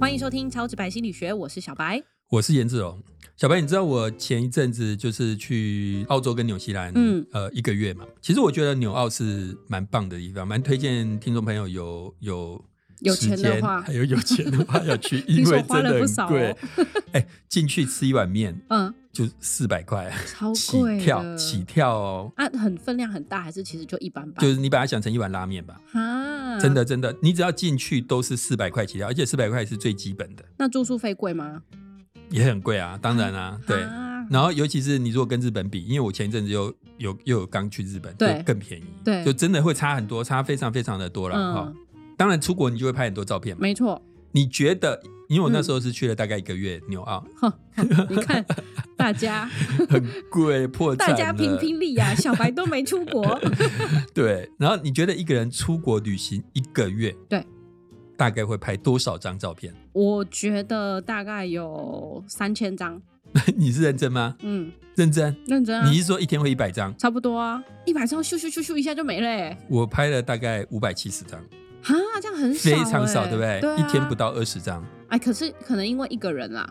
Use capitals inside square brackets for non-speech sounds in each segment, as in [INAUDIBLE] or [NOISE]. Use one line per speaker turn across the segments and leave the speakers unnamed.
欢迎收听《超直白心理学》，我是小白。
我是颜志龙。小白，你知道我前一阵子就是去澳洲跟纽西兰，
嗯
嗯，呃，一个月嘛。其实我觉得纽澳是蛮棒的地方，蛮推荐听众朋友有有
有
时
钱的
间
话
还有有钱的
[LAUGHS]
话要去，
听
因
说
为
花
真
了
的
不
很
少哦 [LAUGHS]
贵。哎、进去吃一碗面
嗯，
就四百块，
超
起
贵
跳起
的。
跳哦，
啊，很分量很大，还是其实就一般般？
就是你把它想成一碗拉面吧。
啊，
真的？真的，你只要进去都是四百块起跳，而且四百块是最基本的，
那住宿费贵吗？
也很贵啊，当然啊，对。
啊
然后尤其是你如果跟日本比，因为我前一阵子又有又有刚去日本，
对
就更便宜，
对
就真的会差很多，差非常非常的多了
嗯
哈、当然出国你就会拍很多照片嘛。
没错。
你觉得？因为我那时候是去了大概一个月纽澳，
哼，你
[LAUGHS]
看大家，
很贵破
嗯
产
大
了，
家拼拼力呀、啊小白都没出国。 [LAUGHS]
对。然后你觉得一个人出国旅行一个月，
对，
大概会拍多少张照片？ [LAUGHS]
我觉得大概有三千张，
你是认真吗？
嗯，
认真？
认真啊
你，是说一天会一百张？
差不多啊，一百张咻咻咻咻一下就没了、欸，
我拍了大概五百七十张，
哈，这样很少、
非
欸，
常少，对不对？
对、啊，
一天不。到二十张。
哎，可是可能因为一个人啦，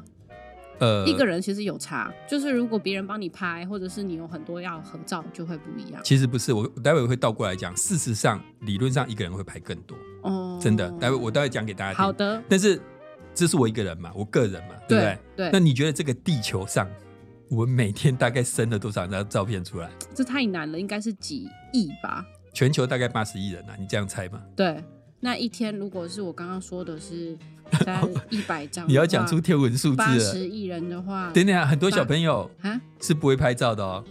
呃，
一个人其实有差，就是如果别人帮你拍，或者是你有很多要合照，就会不一样。
其实不是，我我待会会倒过来讲。事实上，理论上一个人会排更多，
哦，
真的。待会我待会讲给大家听。
好，的，
但是这是我一个人嘛，我个人嘛，对不对？
对，
那你觉得这个地球上，我们每天大概生了多少张照片出来？
这太难了，应该是几亿吧？
全球大概八十亿人啊，你这样猜吗？
对，那一天如果是我刚刚说的
[LAUGHS]
是在一百张的话，
你要讲出天文数字
嗯八
了。
十亿人的话，
等等啊，很多小朋友
啊，
是不会拍照的哦。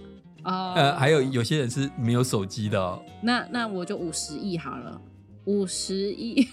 哦，
呃，还有有些人是没有手机的哦。
那那我就五十亿好了，五十
[LAUGHS]
亿，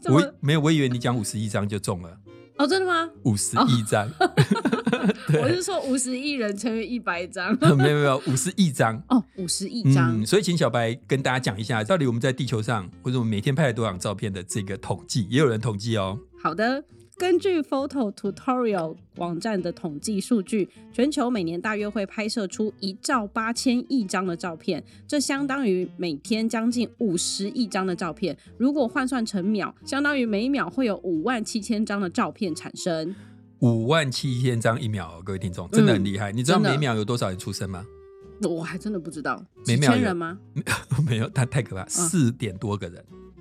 这么
我没有，我以为你讲五十亿张就中了，
哦，真的吗？
五十亿张， [LAUGHS]
我是说五十亿人乘以一百
[LAUGHS]
张，
没有没有没有，五十亿张。
哦，五十亿张，
嗯所以请小白跟大家讲一下，到底我们在地球上或者我们每天拍了多少张照片的这个统计，也有人统计哦。
好的。根据 Photo Tutorial 网站的统计数据，全球每年大约会拍摄出一兆八千亿张的照片，这相当于每天将近五十亿张的照片。如果换算成秒，相当于每秒会有五万七千张的照片产生。
五万七千张一秒、哦，各位听众真的很厉害。你知道
嗯真的
每秒有多少人出生吗？ [LAUGHS]
我还真的不知道，
每
几
秒
千
有
人吗？
没有，他太可
嗯
怕，四、点多个人。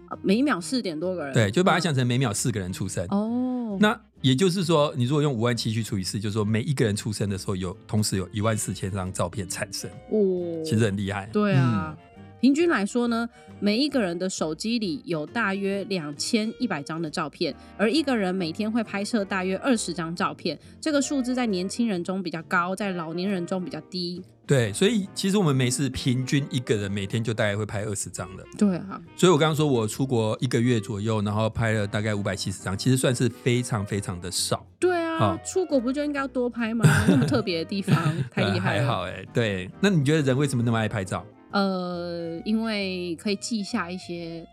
啊每秒四点多个人，
对，就把它
嗯
想成每秒四个人出生。
哦，
那也就是说，你如果用五万七去除以四，就是说每一个人出生的时候有同时有一万四千张照片产生，
我
其实很厉害。嗯
对啊。平均来说呢，每一个人的手机里有大约两千一百张的照片，而一个人每天会拍摄大约二十张照片。这个数字在年轻人中比较高，在老年人中比较低。
嗯，对，所以其实我们每次平均一个人每天就大概会拍二十张了。
对啊，
所以我刚刚说我出国一个月左右，然后拍了大概五百七十张，其实算是非常非常的少，
对啊
好，
出国不就应该要多拍吗？那么特别的地方，太
[LAUGHS]
厉害
呃还
了。
好哎、对，那你觉得人为什么那么爱拍照？
呃，因为可以记下一些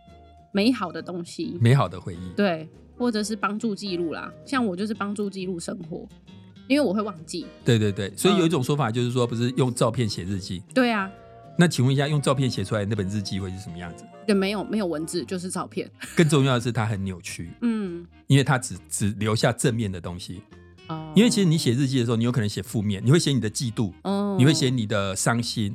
美好的东西，
美好的回忆，
对，或者是帮助记录啦。像我就是帮助记录生活，因为我会忘记。
对对对，所以有一种说法就是说，不是用照片写日记。
对啊，
那请问一下，用照片写出来的那本日记会是什么样子？
也没有没有文字，就是照片。
更重要的是，它很扭曲，
嗯，
因为它只只留下正面的东西。
哦
因为其实你写日记的时候，你有可能写负面，你会写你的嫉妒，
哦
你会写你的伤心，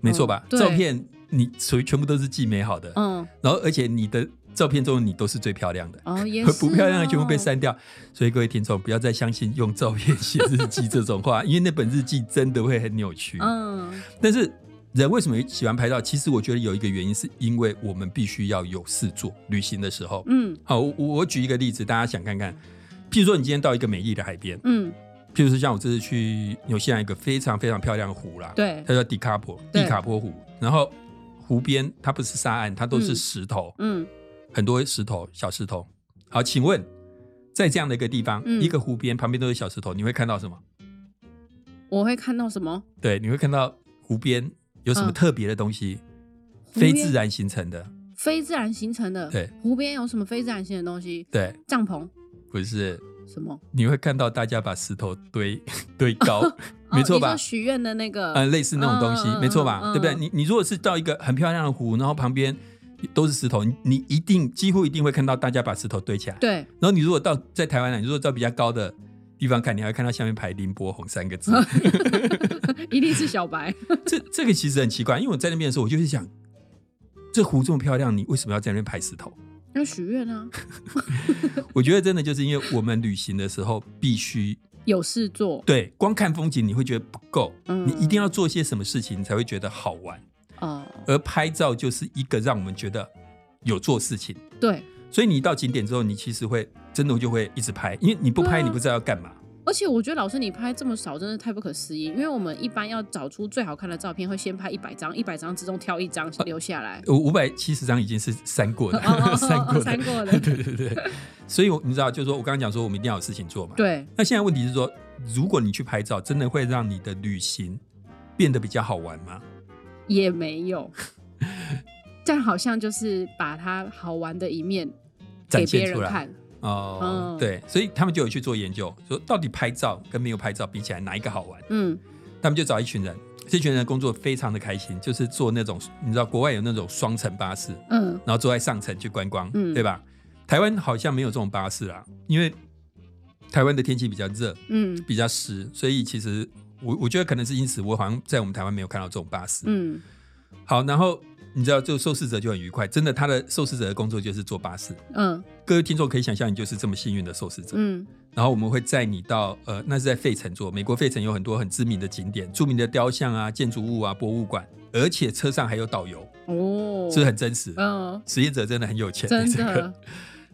没错吧？
嗯对
照片你属于全部都是记美好的，
嗯
然后而且你的照片中你都是最漂亮的，
哦
[LAUGHS]
也
不漂亮的全部被
是哦。
删掉。所以各位听众不要再相信用照片写日记这种话，因为那本日记真的会很扭曲。
嗯，
但是人为什么喜欢拍照？其实我觉得有一个原因，是因为我们必须要有事做。旅行的时候，
嗯
好，我我我举一个例子，大家想看看。譬如说，你今天到一个美丽的海边，
嗯，
譬如说像我这次去纽西兰一个非常非常漂亮的湖啦，
对，
它叫迪卡坡，
对
迪卡坡湖。然后湖边它不是沙岸，它都是
嗯
石头，
嗯
很多石头、小石头。好，请问在这样的一个地方，
嗯
一个湖边旁边都是小石头，你会看到什么？
我会看到什么？
对，你会看到湖边有什么
嗯
特别的东西，
湖
非
边
自然形成的？
非自然形成的。
对，
湖边有什么非自然形成的东西？
对，
帐篷、
不是
什么？
你会看到大家把石头堆 [LAUGHS] 堆高，
[LAUGHS] 哦
没错
你
吧
说？许愿的那个，
嗯，类似那种东西，
嗯嗯嗯
没错吧？
嗯嗯
对不对？你你如果是到一个很漂亮的湖，然后旁边都是石头，你你一定几乎一定会看到大家把石头堆起来。
对， [LAUGHS]
然后你如果到在台湾啊来，你如果到比较高的地方看，你还会看到下面排“林柏宏”三个字。
一定是小白。 [LAUGHS]
这这个其实很奇怪，因为我在那边的时候，我就是想，这湖这么漂亮，你为什么要在那边排石头？
要许愿啊，
我觉得真的就是因为我们旅行的时候必须
有事做。
对，光看风景你会觉得不够，
嗯
你一定要做些什么事情你才会觉得好玩。
哦，
而拍照就是一个让我们觉得有做事情，
对，
所以你到景点之后，你其实会真的就会一直拍，因为你不
对啊
拍你不知道要干嘛。
而且我觉得老师你拍这么少，真的太不可思议。因为我们一般要找出最好看的照片，会先拍一百张，一百张之中挑一张留下来。
我五百七十张已经是删过的， [LAUGHS] 删过
哦三
的，
过的
对，对对对。所以我你知道，就是说我刚刚讲说我们一定要有事情做嘛。
对，
那现在问题是说，如果你去拍照，真的会让你的旅行变得比较好玩吗？
也没有。但好像就是把它好玩的一面给
展
别
现出
人
来
看，
哦
嗯，
对，所以他们就有去做研究，说到底拍照跟没有拍照比起来哪一个好玩？
嗯，
他们就找一群人，这群人工作非常的开心，就是坐那种你知道国外有那种双层巴士，
嗯，
然后坐在上层去观光，
嗯
对吧？台湾好像没有这种巴士啦，因为台湾的天气比较热，
嗯，
比较湿，所以其实我我觉得可能是因此，我好像在我们台湾没有看到这种巴士。
嗯，
好，然后你知道，就受试者就很愉快，真的，他的受试者的工作就是坐巴士。
嗯，
各位听众可以想象，你就是这么幸运的受试者。
嗯，
然后我们会载你到呃，那是在费城做。美国费城有很多很知名的景点，著名的雕像啊、建筑物啊、博物馆，而且车上还有导游，
哦，
是不是很真实。
嗯，
实业者真的很 [LAUGHS] 有钱，
真
这个
的。，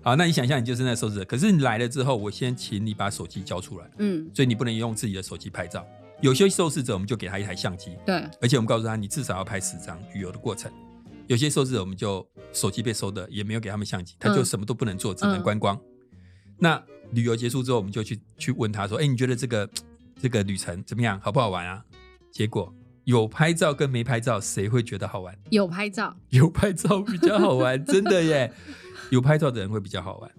好，那你想象你就是那受试者，可是你来了之后，我先请你把手机交出来，
嗯，
所以你不能用自己的手机拍照。有些受试者我们就给他一台相机，
对，
而且我们告诉他你至少要拍十张旅游的过程。有些受试者我们就手机被收的，也没有给他们相机，他就
嗯
什么都不能做，只
嗯
能观光。那旅游结束之后，我们就去去问他说：“哎、你觉得这个这个旅程怎么样？好不好玩啊？”结果有拍照跟没拍照，谁会觉得好玩？
有拍照，
有拍照比较好玩，真的耶！有拍照的人会比较好玩，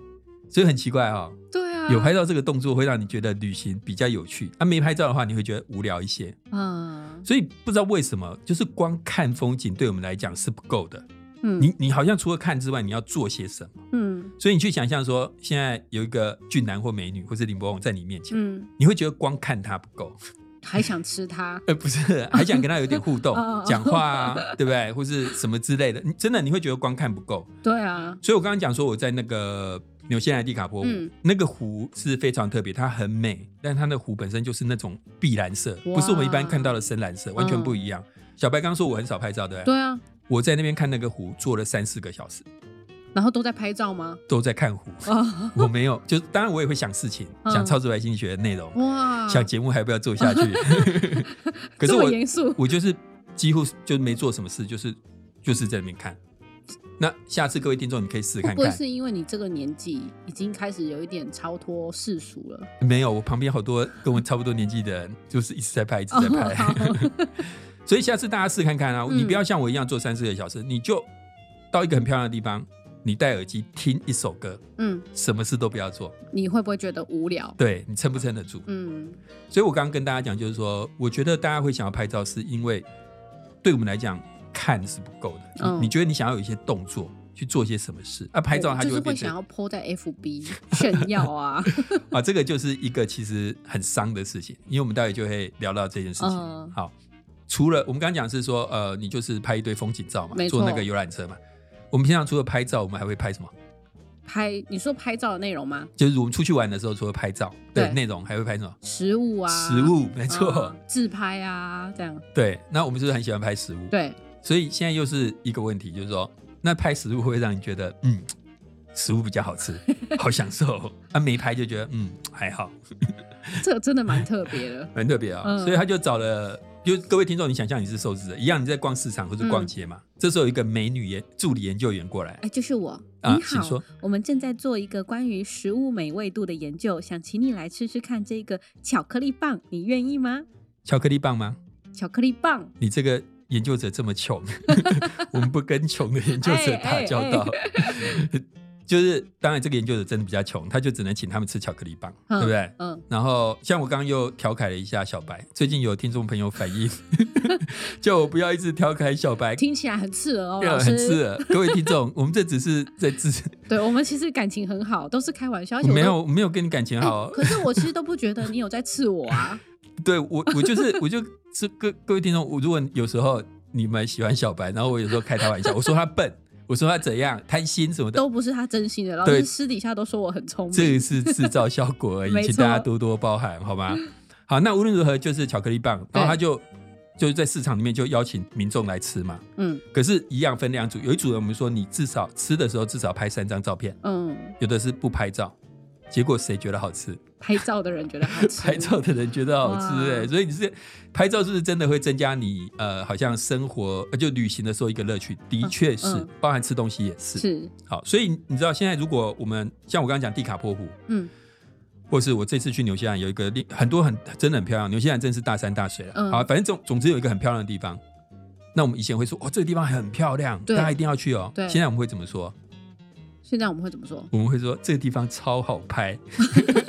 所以很奇怪哦。
对啊，
有拍照这个动作会让你觉得旅行比较有趣，啊那、没拍照的话，你会觉得无聊一些。
嗯
所以不知道为什么，就是光看风景对我们来讲是不够的。
嗯，
你你好像除了看之外，你要做些什么？
嗯
所以你去想象说，现在有一个俊男或美女，或是林柏宏在你面前，
嗯，
你会觉得光看他不够， [LAUGHS]
还想吃它，
呃，不是，还想跟他有点互
[LAUGHS]
动
哦哦哦，
讲话啊，对不对？或是什么之类的，你真的你会觉得光看不够。
对
[LAUGHS]
啊，
所以我刚刚讲说，我在那个纽西兰的蒂卡波湖，
嗯
那个湖是非常特别，它很美，但它的湖本身就是那种碧蓝色，
哇嗯
不是我们一般看到的深蓝色，完全不一样。小白刚说我很少拍照，对不对？
对啊，
我在那边看那个湖，坐了三四个小时，
然后都在拍照吗？ [LAUGHS]
都在看湖。
哦，
[LAUGHS] 我没有，就是当然我也会想事情，
嗯
想超直白心理学的内容，
哇，
想节目还要不要做
[LAUGHS]
下去。可是
这么
我
严肃，
我就是几乎就没做什么事，就是就是在那边看。那下次各位听众，你可以试试
会
看
不会
看。
是因为你这个年纪已经开始有一点超脱世俗了？
没有，我旁边好多跟我差不多年纪的人，就是一直在拍，一直在
哦好
拍。 [LAUGHS] 所以下次大家试看看啊，
嗯
你不要像我一样做三四个小时，你就到一个很漂亮的地方，你戴耳机听一首歌，
嗯，
什么事都不要做，
你会不会觉得无聊？
对你撑不撑得住？
嗯
所以我刚刚跟大家讲，就是说，我觉得大家会想要拍照，是因为对我们来讲，看是不够的。
嗯
你你觉得你想要有一些动作去做些什么事，啊，拍照
我
它
就
会
是会
变
想
成
要 PO 在 FB 炫耀
[LAUGHS]
啊，
啊，这个就是一个其实很伤的事情，因为我们待会就会聊到这件事情。
嗯
好，除了我们刚刚讲是说，呃，你就是拍一堆风景照嘛
没，错
坐那个游览车嘛。我们平常除了拍照，我们还会拍什么？
拍你说拍照的内容吗？
就是我们出去玩的时候，除了拍照的
对嗯
内容，还会拍什么？
食物啊，
食物，没
没
错。
自拍啊，这样
对，那我们是不是很喜欢拍食物？
对，
所以现在又是一个问题，就是说，那拍食物会让你觉得，嗯，食物比较好吃，好享受； [LAUGHS] 啊，没拍就觉得，嗯，还好，。
这个真的蛮特别的
[LAUGHS] 蛮特别啊、
嗯
所以他就找了，就各位听众，你想象你是受试者，一样你在逛市场或者
嗯
逛街嘛，这时候有一个美女研助理研究员过来，
哎，就是我，
啊
你
请
好
说，
我们正在做一个关于食物美味度的研究，想请你来吃吃看这个巧克力棒，你愿意吗？
巧克力棒吗？
巧克力棒，
你这个。
哎
研 [LAUGHS] 究者这么穷，我们不跟穷的研究者打交道。 [LAUGHS] 就是当然这个研究者真的比较穷，他就只能请他们吃巧克力棒，
嗯
对不对？
嗯，
然后像我刚刚又调侃了一下小白，最近有听众朋友反映， [LAUGHS] 叫我不要一直调侃小白，
听起来很刺耳哦，
[LAUGHS] 对
老
很
师。
刺耳。各位听众，我们这只是在自，
对我们其实感情很好，都是开玩笑，而且
我
我
没
都
有我没有跟你感情
哎
好哦，
可是我其实都不觉得你有在刺我
[LAUGHS]
啊。
对我我就是 [LAUGHS] 我就是各各位听众，我如果有时候你们喜欢小白，然后我有时候开他玩笑，我说他笨， [LAUGHS] 我说他怎样贪心什么的，
都不是他真心的，老
对
师私底下都说我很聪
这
明。
个是制造效
[LAUGHS]
果而已，
没
请大家
错
多多包涵，好
[LAUGHS]
吗？好，那无论如何就是巧克力棒，然后他
哎
就就是在市场里面就邀请民众来吃嘛。
嗯
可是，一样分两组，有一组人我们说你至少吃的时候至少拍三张照片，
嗯，
有的是不拍照。结果谁觉得好吃？
拍照的人觉得好吃，
[LAUGHS] 拍照的人觉得好吃哎、
哇
所以你是拍照是不是真的会增加你呃，好像生活呃就旅行的时候一个乐趣？的确是，
嗯
包含吃东西也是。
是
好，所以你知道现在如果我们像我刚刚讲蒂卡波湖，
嗯
或是我这次去纽西兰有一个另很多很真的很漂亮，纽西兰真是大山大水了。
嗯
好，反正总总之有一个很漂亮的地方。那我们以前会说哦，这个地方很漂亮，大
对
家一定要去哦。
对
现在我们会怎么说？
现在我们会怎么说？
我们会说这个地方超好拍， [LAUGHS]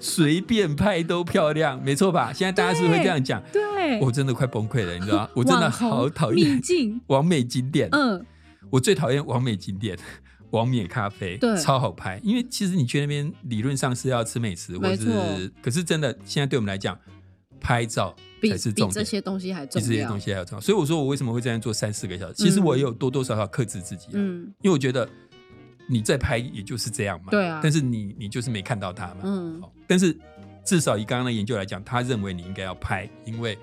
随便拍都漂亮，没错吧？现在大家是不是会这样讲，
对，
我真的快崩溃了，你知道吗？我真的
网红
好讨
秘
厌
境，
完美景点。
嗯，
我最讨厌完美景点，完美咖啡，
对
超好拍。因为其实你去那边理论上是要吃美食，或
没错
是可是真的现在对我们来讲，拍照
比
才是
比
重
这
点。
些东西还
比
重
这些
要
东。西还要重要，所以我说我为什么会这样做三四个小时？其实
嗯
我也有多多少少克制自己啊，
嗯
因为我觉得你在拍也就是这样嘛，
对啊
但是你你就是没看到它嘛，
嗯，
好但是至少以刚刚的研究来讲，他认为你应该要拍，因为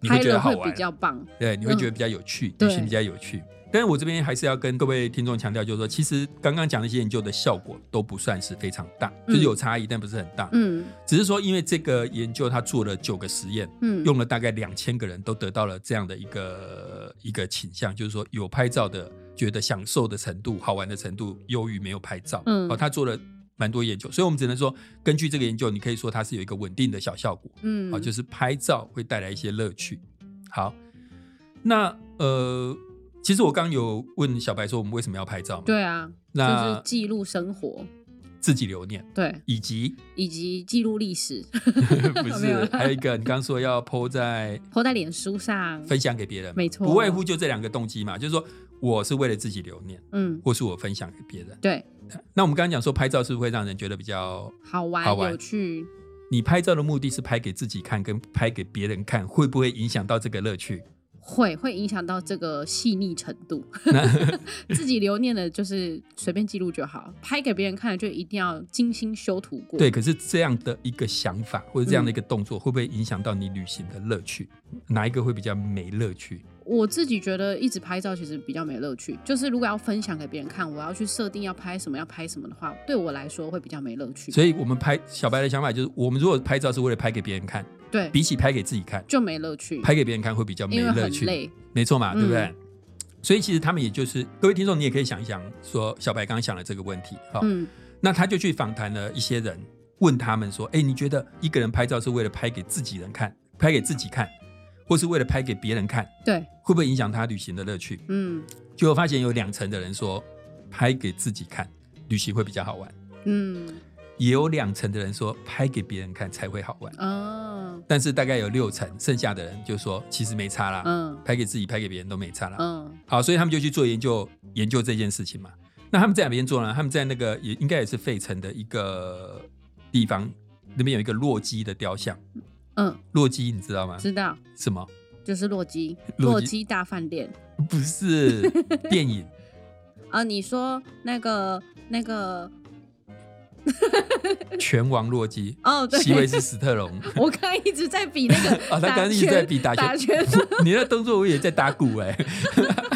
你会
拍
觉得
了
好
会
玩
比，较棒。
对，你会
嗯
觉得比较有趣，旅
对
行比较有趣。但是我这边还是要跟各位听众强调，就是说，其实刚刚讲那些研究的效果都不算是非常大，
嗯
就是有差异，但不是很大。
嗯
只是说，因为这个研究他做了九个实验，
嗯，
用了大概两千个人都得到了这样的一个一个倾向，就是说有拍照的觉得享受的程度、好玩的程度优于没有拍照。
嗯
哦，他做了蛮多研究，所以我们只能说，根据这个研究，你可以说它是有一个稳定的小效果。
嗯
啊，就是拍照会带来一些乐趣。好，那呃，其实我刚有问小白说我们为什么要拍照嘛？，
对啊，就
那
是记录生活，
自己留念，
对，
以
[LAUGHS]
及
以及记录历史，
不
没有
是
啦
还有一个你刚刚说要 PO 在
活在脸书上。
分享给别人嘛，
没错
不外乎就这两个动机嘛，就是说我是为了自己留念，
嗯，
或是我分享给别人。
对，
那我们刚刚讲说拍照是不是会让人觉得比较，
好玩
好玩
有趣，
你拍照的目的是拍给自己看，跟拍给别人看，会不会影响到这个乐趣？
会会影响到这个细腻程度。
那
[LAUGHS] 自己留念的，就是随便记录就好，拍给别人看的就一定要精心修图过。
对，，可是这样的一个想法或者这样的一个动作，会不会影响到你旅行的乐趣？哪一个会比较没乐趣？
我自己觉得一直拍照其实比较没乐趣，就是如果要分享给别人看，我要去设定要拍什么要拍什么的话，对我来说会比较没乐趣。
所以我们拍小白的想法就是，我们如果拍照是为了拍给别人看，
对，
比起拍给自己看，
就没乐趣，
拍给别人看会比较没
因为
乐
很
趣，
累。
没错嘛，对不对？
嗯
所以其实他们也就是各位听众，你也可以想一想，说小白刚刚想的这个问题，好、
嗯
那他就去访谈了一些人，问他们说：“哎，你觉得一个人拍照是为了拍给自己人看，拍给自己看，或是为了拍给别人看，
对，
会不会影响他旅行的乐趣？”
嗯
结果发现有两成的人说拍给自己看，旅行会比较好玩；
嗯
也有两成的人说拍给别人看才会好玩。
啊
但是大概有六成，剩下的人就说其实没差啦，
嗯
拍给自己、拍给别人都没差啦。
嗯
好，所以他们就去做研究，研究这件事情嘛。那他们在哪边做呢？他们在那个也应该也是费城的一个地方，那边有一个洛基的雕像。
嗯，
洛基你知道吗？
知道，
什么？
就是洛基，
洛基
洛基大饭店
不是电影，
啊。你说那个那个 [LAUGHS]
拳王洛基，
哦，对，
席维斯史
[LAUGHS]
特龙。
我刚刚一直在比那个
[LAUGHS] 啊，他刚刚一直在比打拳，
打拳，
你那动作我也在打鼓哎、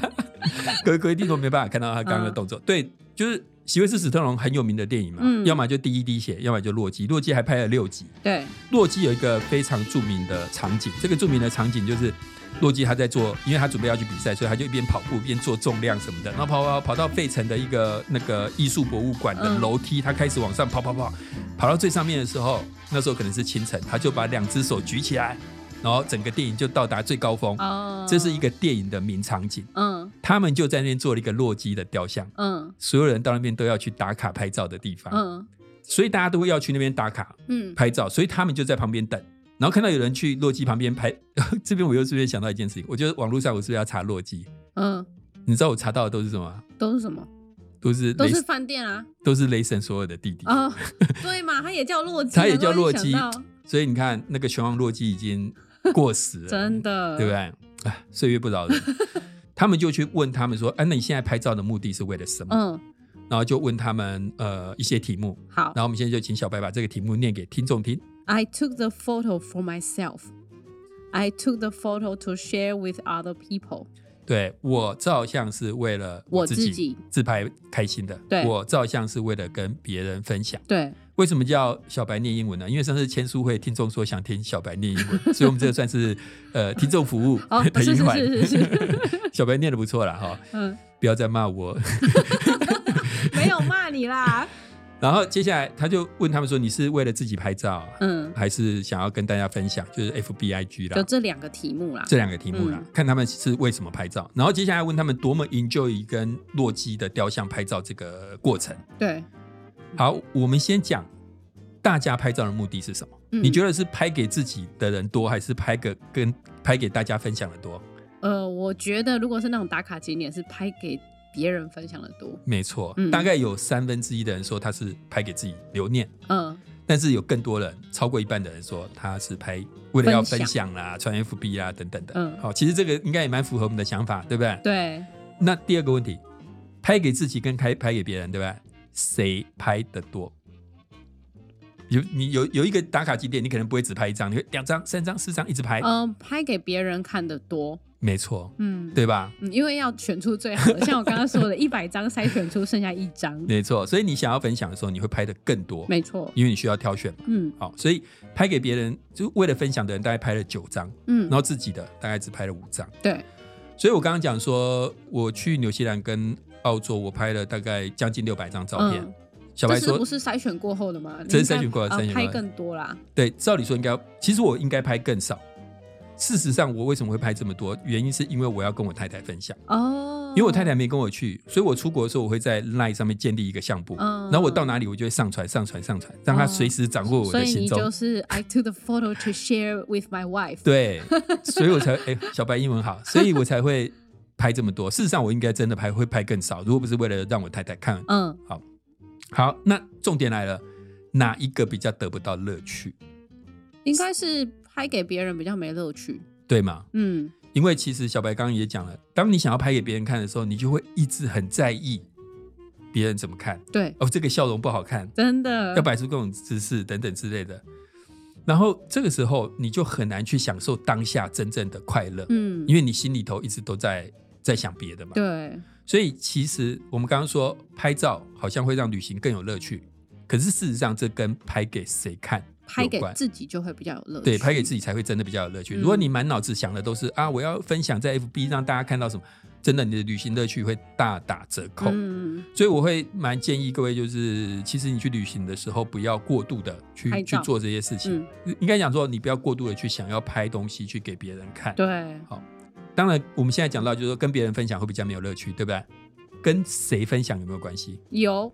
[LAUGHS] 各位各位听众没办法看到他刚刚的动作，对，就是席维斯史特龙很有名的电影嘛，
嗯
要么就第一滴血，要么就洛基，洛基还拍了六集。
对，
洛基有一个非常著名的场景，这个著名的场景就是洛基他在做，因为他准备要去比赛，所以他就一边跑步一边做重量什么的，然后跑跑跑到费城的一个那个艺术博物馆的
嗯
楼梯，他开始往上跑跑跑，跑到最上面的时候，那时候可能是清晨，他就把两只手举起来，然后整个电影就到达最高峰。 [LAUGHS]
哦，
这是一个电影的名场景，
嗯
他们就在那边做了一个洛基的雕像，
嗯
所有人到那边都要去打卡拍照的地方，
嗯
所以大家都要去那边打卡
嗯
拍照，所以他们就在旁边等。然后看到有人去洛基旁边拍， [LAUGHS] 这边我又顺便想到一件事情，我觉得网络上我是不是要查洛基？
嗯，
你知道我查到的都是什么吗？
都是什么？
都是雷
都是饭店
[LAUGHS]
啊。
都是雷神所有的弟弟，
哦，对嘛，他也叫洛基，啊
他也
难怪
叫洛
你
基
想到， [LAUGHS]
所以你看那个拳王洛基已经过时了，
[LAUGHS] 真的，
对不？对？哎，岁月不
[LAUGHS]
饶人。他们就去问他们说：“哎、那你现在拍照的目的是为了什么？”
嗯，
然后就问他们呃一些题目。
好
然。后我们现在就请小白把这个题目念给听众听。
I took the photo for myself. I took the photo to share with other people.
对我照相是为了
我
自
自己
自拍开心的，
对
我照相是为了跟别人分享。
对，
为什么叫小白念英文呢？因为上次签书会听众说想听小白念
[LAUGHS]
英文，所以我们这个算是呃听众服务
哦
的
是
一
是
环。
是是是
[LAUGHS] 小白念的不错啦，哈，
嗯，
不要再骂我。
没有骂你
[LAUGHS]
啦。
然后接下来他就问他们说：“你是为了自己拍照，
嗯，
还是想要跟大家分享？就是 F B I G
就
啦，
这两个题目啦。
这两个题目啦，
嗯
看他们是为什么拍照。然后接下来问他们多么 enjoy 跟洛基的雕像拍照这个过程。
对，
好，我们先讲大家拍照的目的是什么？
嗯
你觉得是拍给自己的人多，还是拍给跟拍给大家分享的多？
呃，我觉得如果是那种打卡景点，是拍给别人分享的多。
没错，
嗯
大概有三分之一的人说他是拍给自己留念。
嗯，
但是有更多人，超过一半的人说他是拍为了要
分
分
享
享啦、传 FB 啊等等的。
嗯
好、其实这个应该也蛮符合我们的想法，对不对？
对，
那第二个问题，拍给自己跟拍拍给别人，对不对？谁拍的多？有你有有一个打卡景点，你可能不会只拍一张，你会两张、三张、四张一直拍，
嗯、拍给别人看的多。
没错，
嗯，
对吧？
嗯，因为要选出最好
[LAUGHS]
的，像我刚刚说的，一百张筛选出剩下一张，
没错，所以你想要分享的时候，你会拍的更多，
没错。
因为你需要挑选嘛。
嗯
好、所以拍给别人，就为了分享的人，大概拍了九张，
嗯
然，后自己的大概只拍了五张。
对，
所以我刚刚讲说，我去纽西兰跟澳洲，我拍了大概将近六百张照片。
嗯
小白
这是
说
不，是筛选过后的吗？
这是
你应该
筛选过的
呃
筛选过
拍
的
更多啦。
对，照理说应该，其实我应该拍更少。事实上，我为什么会拍这么多？原因是因为我要跟我太太分享，
哦，
因为我太太没跟我去，所以我出国的时候，我会在 LINE 上面建立一个相簿，
嗯
然后我到哪里，我就会上传、上传、上传，让她随时掌握我
所
的
以
行
你
踪。
就是 I took the photo to share with my wife。，
对，所以我才哎、小白英文好，所以我才会拍这么多。事实上，我应该真的拍会拍更少，如果不是为了让我太太看
嗯，
好，那重点来了，哪一个比较得不到乐趣，
应该是拍给别人比较没乐趣。
对吗？
嗯，
因为其实小白刚刚也讲了，当你想要拍给别人看的时候，你就会一直很在意别人怎么看。
对，
哦，这个笑容不好看，
真的
要摆出各种姿势等等之类的。然后这个时候你就很难去享受当下真正的快乐，
嗯，
因为你心里头一直都在在想别的嘛。
对，
所以其实我们刚刚说拍照好像会让旅行更有乐趣，可是事实上这跟拍给谁看
拍
有
给
关
自己就会比较有乐趣。
对，拍给自
己。
己才会真的比较有乐趣。
嗯
如果你满脑子想的都是啊，我要分享在 FB 让大家看到什么，真的你的旅行乐趣会大打折扣。
嗯，
所以我会蛮建议各位，就是其实你去旅行的时候，不要过度的去
拍
去
照
做这些事情。嗯应该讲说，你不要过度的去想要拍东西去给别人看。
对，
当然，我们现在讲到就是说跟别人分享会比较没有乐趣，对不对？跟谁分享有没有关系？ [LAUGHS]
有。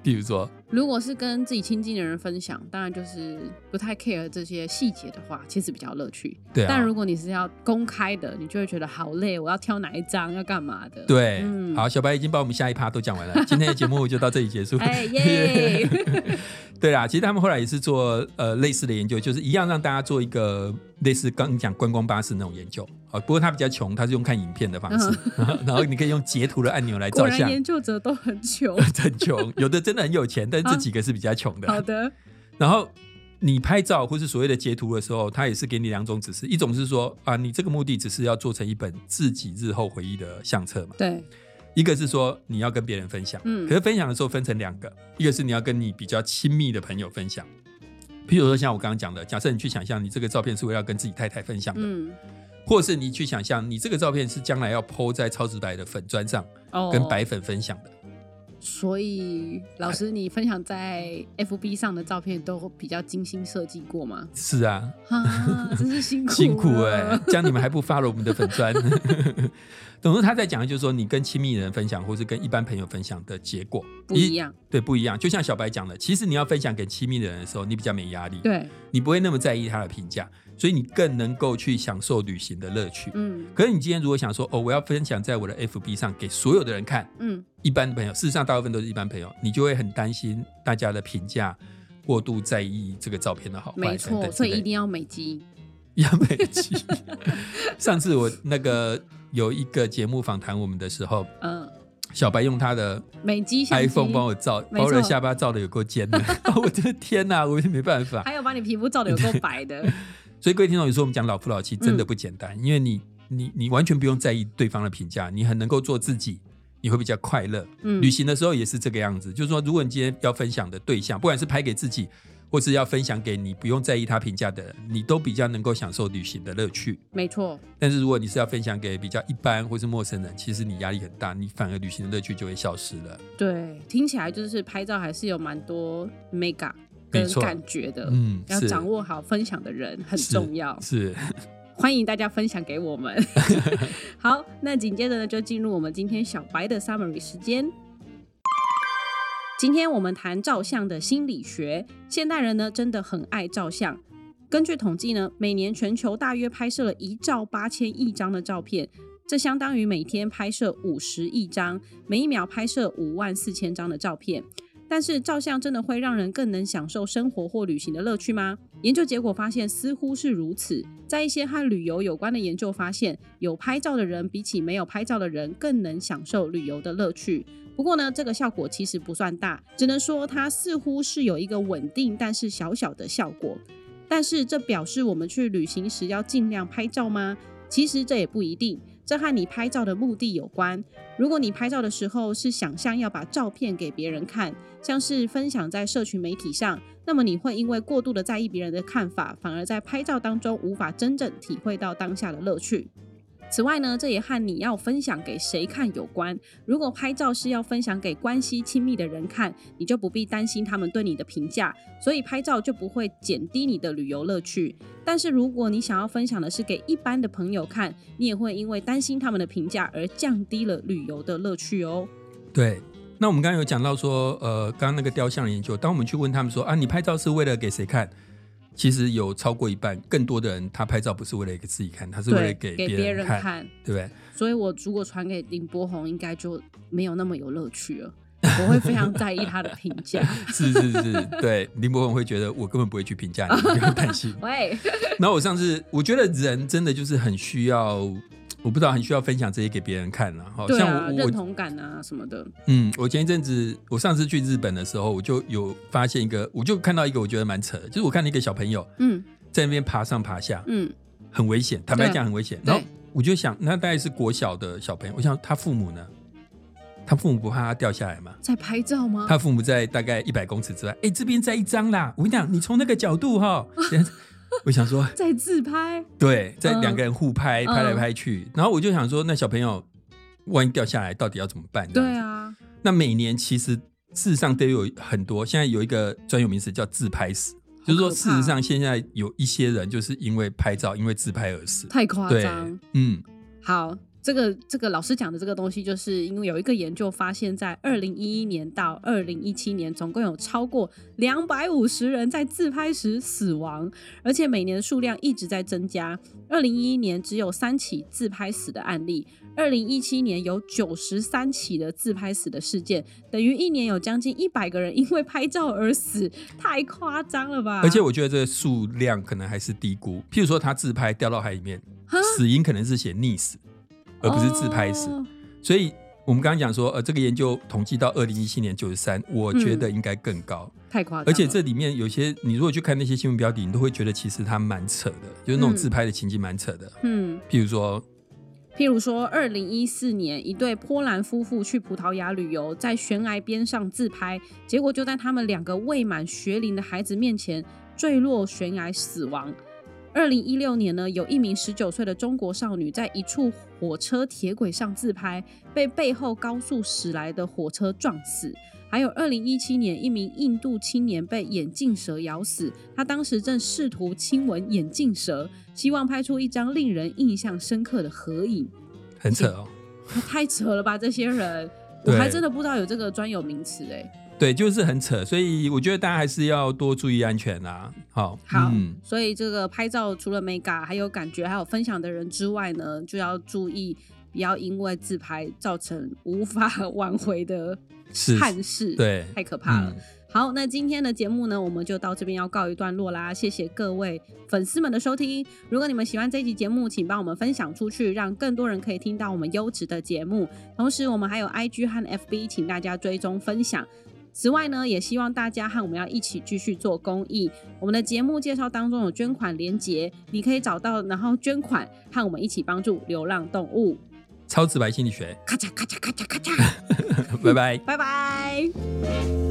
比如说，
如果是跟自己亲近的人分享，当然就是不太 care 这些细节的话，其实比较乐趣。
对啊，
但如果你是要公开的，你就会觉得好累，我要挑哪一张，要干嘛的。，
对，
嗯
好，小白已经把我们下一趴都讲完了，今天的节目就到这里结束。 [LAUGHS]
哎耶
对啦，其实他们后来也是做呃类似的研究，就是一样让大家做一个类似刚你讲观光巴士那种研究啊、哦不过他比较穷，他是用看影片的方式， [LAUGHS] 然后你可以用截图的按钮来
果 [LAUGHS]
照
然
相。
嗯研究者都很
[LAUGHS]
穷。
很穷，有的真的很有钱，但是这
啊
几个是比较穷的。
好
[LAUGHS]
的，
然后你拍照或是所谓的截图的时候，它也是给你两种指示，一种是说啊，你这个目的只是要做成一本自己日后回忆的相册嘛。
对，
一个是说你要跟别人分享，
嗯
可是分享的时候分成两个，一个是你要跟你比较亲密的朋友分享，譬如说像我刚刚讲的，假设你去想象你这个照片是为了要跟自己太太分享的，
嗯，
或是你去想象你这个照片是将来要 PO 在超直白的粉砖上
哦，
跟白粉分享的，
所以老师，你分享在 FB 上的照片都比较精心设计过吗？
是啊，
啊，真是辛苦
[LAUGHS] 辛苦哎、
哎、
这样你们还不 follow 我们的粉砖？ [LAUGHS] 总之他在讲的就是说，你跟亲密人分享，或是跟一般朋友分享的结果
不一，样。
对，不一样。就像小白讲的，其实你要分享给亲密的人的时候，你比较没压力，
对，
你不会那么在意他的评价，所以你更能够去享受旅行的乐趣。
嗯
可是你今天如果想说，哦，我要分享在我的 FB 上给所有的人看，
嗯，
一般朋友，事实上大部分都是一般朋友，你就会很担心大家的评价。过度在意这个照片的好坏，
没
等
错，
等之
所以
类的
一定要美肌。
[LAUGHS] 亚美肌。上次我那个有一个节目访谈我们的时候，
嗯，
小白用他的
美肌相机
iPhone 帮我照，
没错
把我的下巴照的有够尖的， [LAUGHS] 哦我的天哪、我也没办法。
还有把你皮肤照的有够白的，
所以各位听众，有时候我们讲老夫老妻
嗯
真的不简单，因为你你你完全不用在意对方的评价，你很能够做自己。你会比较快乐。
嗯
旅，行的时候也是这个样子，就是说，如果你今天要分享的对象，不管是拍给自己，或是要分享给你不用在意他评价的人，你都比较能够享受旅行的乐趣。
没错，
但是如果你是要分享给比较一般或是陌生人，其实你压力很大，你反而旅行的乐趣就会消失了。
对，听起来就是拍照还是有蛮多 mega
没
跟
错
感觉的，
嗯，
呃要
是
掌握好分享的人很
是
重要。
是
欢迎大家分享给我们。好，那紧接着呢，就进入我们今天小白的 summary 时间。今天我们谈照相的心理学。现代人呢，真的很爱照相。根据统计呢，每年全球大约拍摄了一兆八千亿张的照片，这相当于每天拍摄五十亿张，每一秒拍摄五万四千张的照片。但是照相真的会让人更能享受生活或旅行的乐趣吗？研究结果发现，似乎是如此。在一些和旅游有关的研究发现，有拍照的人比起没有拍照的人更能享受旅游的乐趣。不过呢，这个效果其实不算大，只能说它似乎是有一个稳定但是小小的效果。但是这表示我们去旅行时要尽量拍照吗？其实这也不一定，这和你拍照的目的有关。如果你拍照的时候是想象要把照片给别人看，像是分享在社群媒体上，那么你会因为过度的在意别人的看法，反而在拍照当中无法真正体会到当下的乐趣。此外呢，这也和你要分享给谁看有关。如果拍照是要分享给关系亲密的人看，你就不必担心他们对你的评价，所以拍照就不会减低你的旅游乐趣。但是如果你想要分享的是给一般的朋友看，你也会因为担心他们的评价而降低了旅游的乐趣哦。
对。那我们刚刚有讲到说，呃，刚刚那个雕像的研究，当我们去问他们说啊，你拍照是为了给谁看？其实有超过一半，更多的人他拍照不是为了给自己看，他是为了
对，
给
给
别
别
人
人
看，
看。
对不对？
所以我如果传给林柏宏，应该就没有那么有乐趣了。我会非常在意他的评价。
是是是，对。林博文会觉得我根本不会去评价你，不用担心。
喂，
然后我上次我觉得人真的就是很需要，我不知道很需要分享这些给别人看了。好、
对啊，
像我
认
我
同感啊什么的，
嗯，我前一阵子我上次去日本的时候，我就有发现一个，我就看到一个我觉得蛮扯的，就是我看到一个小朋友
嗯
在那边爬上爬下，
嗯，
很危险，坦白讲很危险。
对
然后我就想，那大概是国小的小朋友，我想他父母呢？他父母不怕他掉下来吗？
在拍照吗？
他父母在大概一百公尺之外，哎、这边在一张啦。我跟你讲，你从那个角度哈， [LAUGHS] 等一下我想说，
在自拍，
对，在
嗯
两个人互拍，
嗯
拍来拍去。然后我就想说，那小朋友万一掉下来，到底要怎么办？这样
对
子。
啊，
那每年其实事实上都有很多，现在有一个专有名词叫自拍死，就是说
好可
事
怕
实上现在有一些人就是因为拍照，因为自拍而死。
太夸
对
张。，
嗯，
好，这个这个老师讲的这个东西，就是因为有一个研究发现，在二零一一年到二零一七年，总共有超过两百五十人在自拍时死亡，而且每年数量一直在增加。二零一一年只有三起自拍死的案例，二零一七年有九十三起的自拍死的事件，等于一年有将近一百个人因为拍照而死，太夸张了吧？
而且我觉得这个数量可能还是低估。譬如说他自拍掉到海里面
哈，
死因可能是写溺死，而不是自拍死。
哦
所以我们刚刚讲说，呃，这个研究统计到二零一七年九十三，我觉得
嗯
应该更高。
太夸张了，
而且这里面有些，你如果去看那些新闻标题，你都会觉得其实它蛮扯的，就是那种
嗯
自拍的情景蛮扯的。
嗯。
譬如说，
譬如说，二零一四年，一对波兰夫妇去葡萄牙旅游，在悬崖边上自拍，结果就在他们两个未满学龄的孩子面前坠落悬崖死亡。二零一六年呢，有一名十九岁的中国少女在一处火车铁轨上自拍，被背后高速驶来的火车撞死。还有二零一七年，一名印度青年被眼镜蛇咬死，他当时正试图亲吻眼镜蛇，希望拍出一张令人印象深刻的合影。 [LAUGHS]
很扯哦。
嗯太扯了吧，这些人，我
对
还真的不知道有这个专有名词哎、
对，就是很扯，所以我觉得大家还是要多注意安全啦。好，
好，
嗯，
所以这个拍照除了美感，还有感觉，还有分享的人之外呢，就要注意，不要因为自拍造成无法挽回的
是，
憾事，，
对，
太可怕了。
嗯
好，那今天的节目呢，我们就到这边要告一段落啦。谢谢各位粉丝们的收听。如果你们喜欢这一集节目，请帮我们分享出去，让更多人可以听到我们优质的节目。同时，我们还有 IG 和 FB，请大家追踪分享。此外呢，也希望大家和我们要一起继续做公益。我们的节目介绍当中有捐款连结，你可以找到，然后捐款和我们一起帮助流浪动物。
超直白心理学， [LAUGHS]
[LAUGHS] 咔嚓咔嚓咔嚓咔嚓，
拜拜。
拜拜。